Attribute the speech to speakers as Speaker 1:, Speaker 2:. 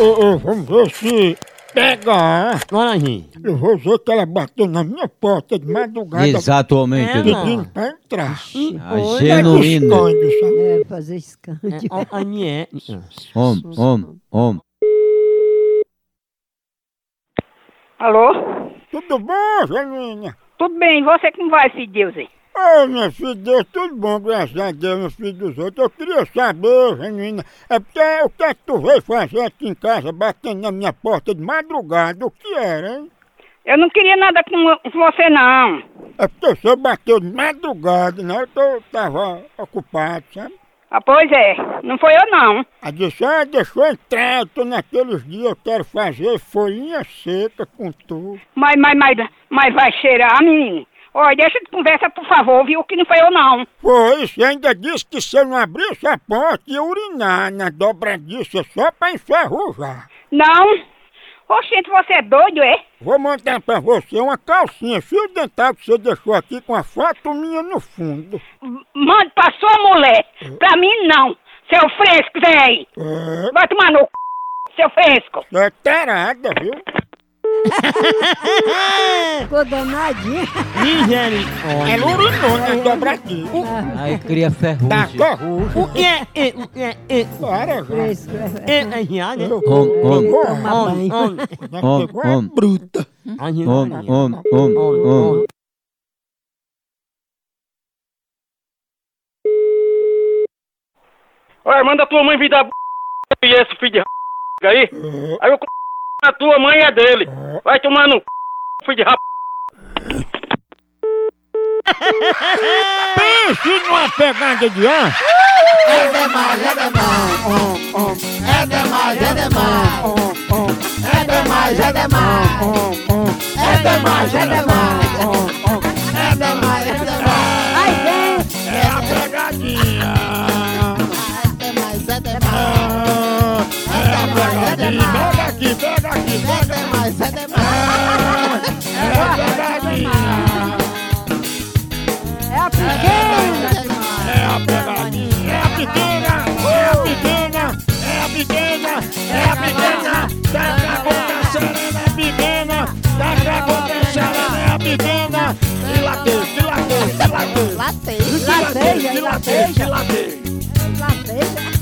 Speaker 1: ô, ô, vamos ver se pegar.
Speaker 2: Laranjinha.
Speaker 1: Eu vou ver que ela bateu na minha porta de madrugada
Speaker 3: Exatamente. Hum.
Speaker 4: É,
Speaker 3: doutor.
Speaker 4: mano.
Speaker 1: pedindo pra entrar.
Speaker 3: A
Speaker 1: Ela
Speaker 3: genuína.
Speaker 1: esconde, sabe?
Speaker 4: É, fazer escândalo.
Speaker 2: A Anié.
Speaker 3: Homem, homem, homem.
Speaker 5: Alô?
Speaker 1: Tudo bom, Janina?
Speaker 5: Tudo bem, e você como vai, filho de Deus aí?
Speaker 1: Ô, minha filha, Deus, tudo bom, graças a Deus, meu filho dos outros. Eu queria saber, Janina, é porque o que é que tu veio fazer aqui em casa, batendo na minha porta de madrugada? O que era, hein?
Speaker 5: Eu não queria nada com, com você, não.
Speaker 1: É porque você bateu de madrugada, na hora que eu tava ocupado, sabe?
Speaker 5: Ah, pois é, não foi eu, não.
Speaker 1: Aí disse, ah, deixa eu entrar, eu tô naqueles dias, eu quero fazer folhinha seca com tu.
Speaker 5: Mas, mas, mas, mas vai cheirar, ah, menino. Olha, deixa de conversa, por favor, viu? Que não foi eu, não.
Speaker 1: Foi, você ainda disse que se eu não abrisse a porta ia urinar na dobradiça só pra enferrujar.
Speaker 5: Não? Oxente, você é doido, é?
Speaker 1: Vou mandar pra você uma calcinha fio dental que você deixou aqui com a foto minha no fundo.
Speaker 5: M- Mande pra sua mulher. Pra mim, não. Seu fresco, véi.
Speaker 1: É,
Speaker 5: Vai tomar no c... Seu fresco.
Speaker 1: você é tarada, viu?
Speaker 4: Ficou danadinha.
Speaker 3: Misericórdia.
Speaker 1: Ela urinou na dobradiça. Tá
Speaker 3: Aí cria
Speaker 1: Da
Speaker 3: ferrugem.
Speaker 1: corruja.
Speaker 2: Ah. O que é? E, O que é? E,
Speaker 1: Para, velho.
Speaker 4: Fresco, é.
Speaker 2: E, a Anié, né?
Speaker 3: Homem, homem,
Speaker 4: Tomar
Speaker 2: Homem,
Speaker 4: banho.
Speaker 2: homem.
Speaker 3: homem, homem.
Speaker 1: Bruta.
Speaker 2: A Anié.
Speaker 3: Homem, homem, homem, homem.
Speaker 6: Olha, manda tua mãe vir dar b... e esse filho de r... aí. Aí eu c... a tua mãe é dele. Vai tomar no c... filho de r...
Speaker 1: Pense numa pegada de ar. Pega aqui, pega aqui.
Speaker 4: É a pequena.
Speaker 1: É a pegadinha. É a pequena. É a pequena. É a pequena. É a pequena. Tá pra acontecer, é a pequena. Tá pra acontecer, é a pequena. Dilatei, dilatei, dilatei.
Speaker 4: Lateja, lateja, lateja.
Speaker 1: Dilatei.
Speaker 4: Lateja.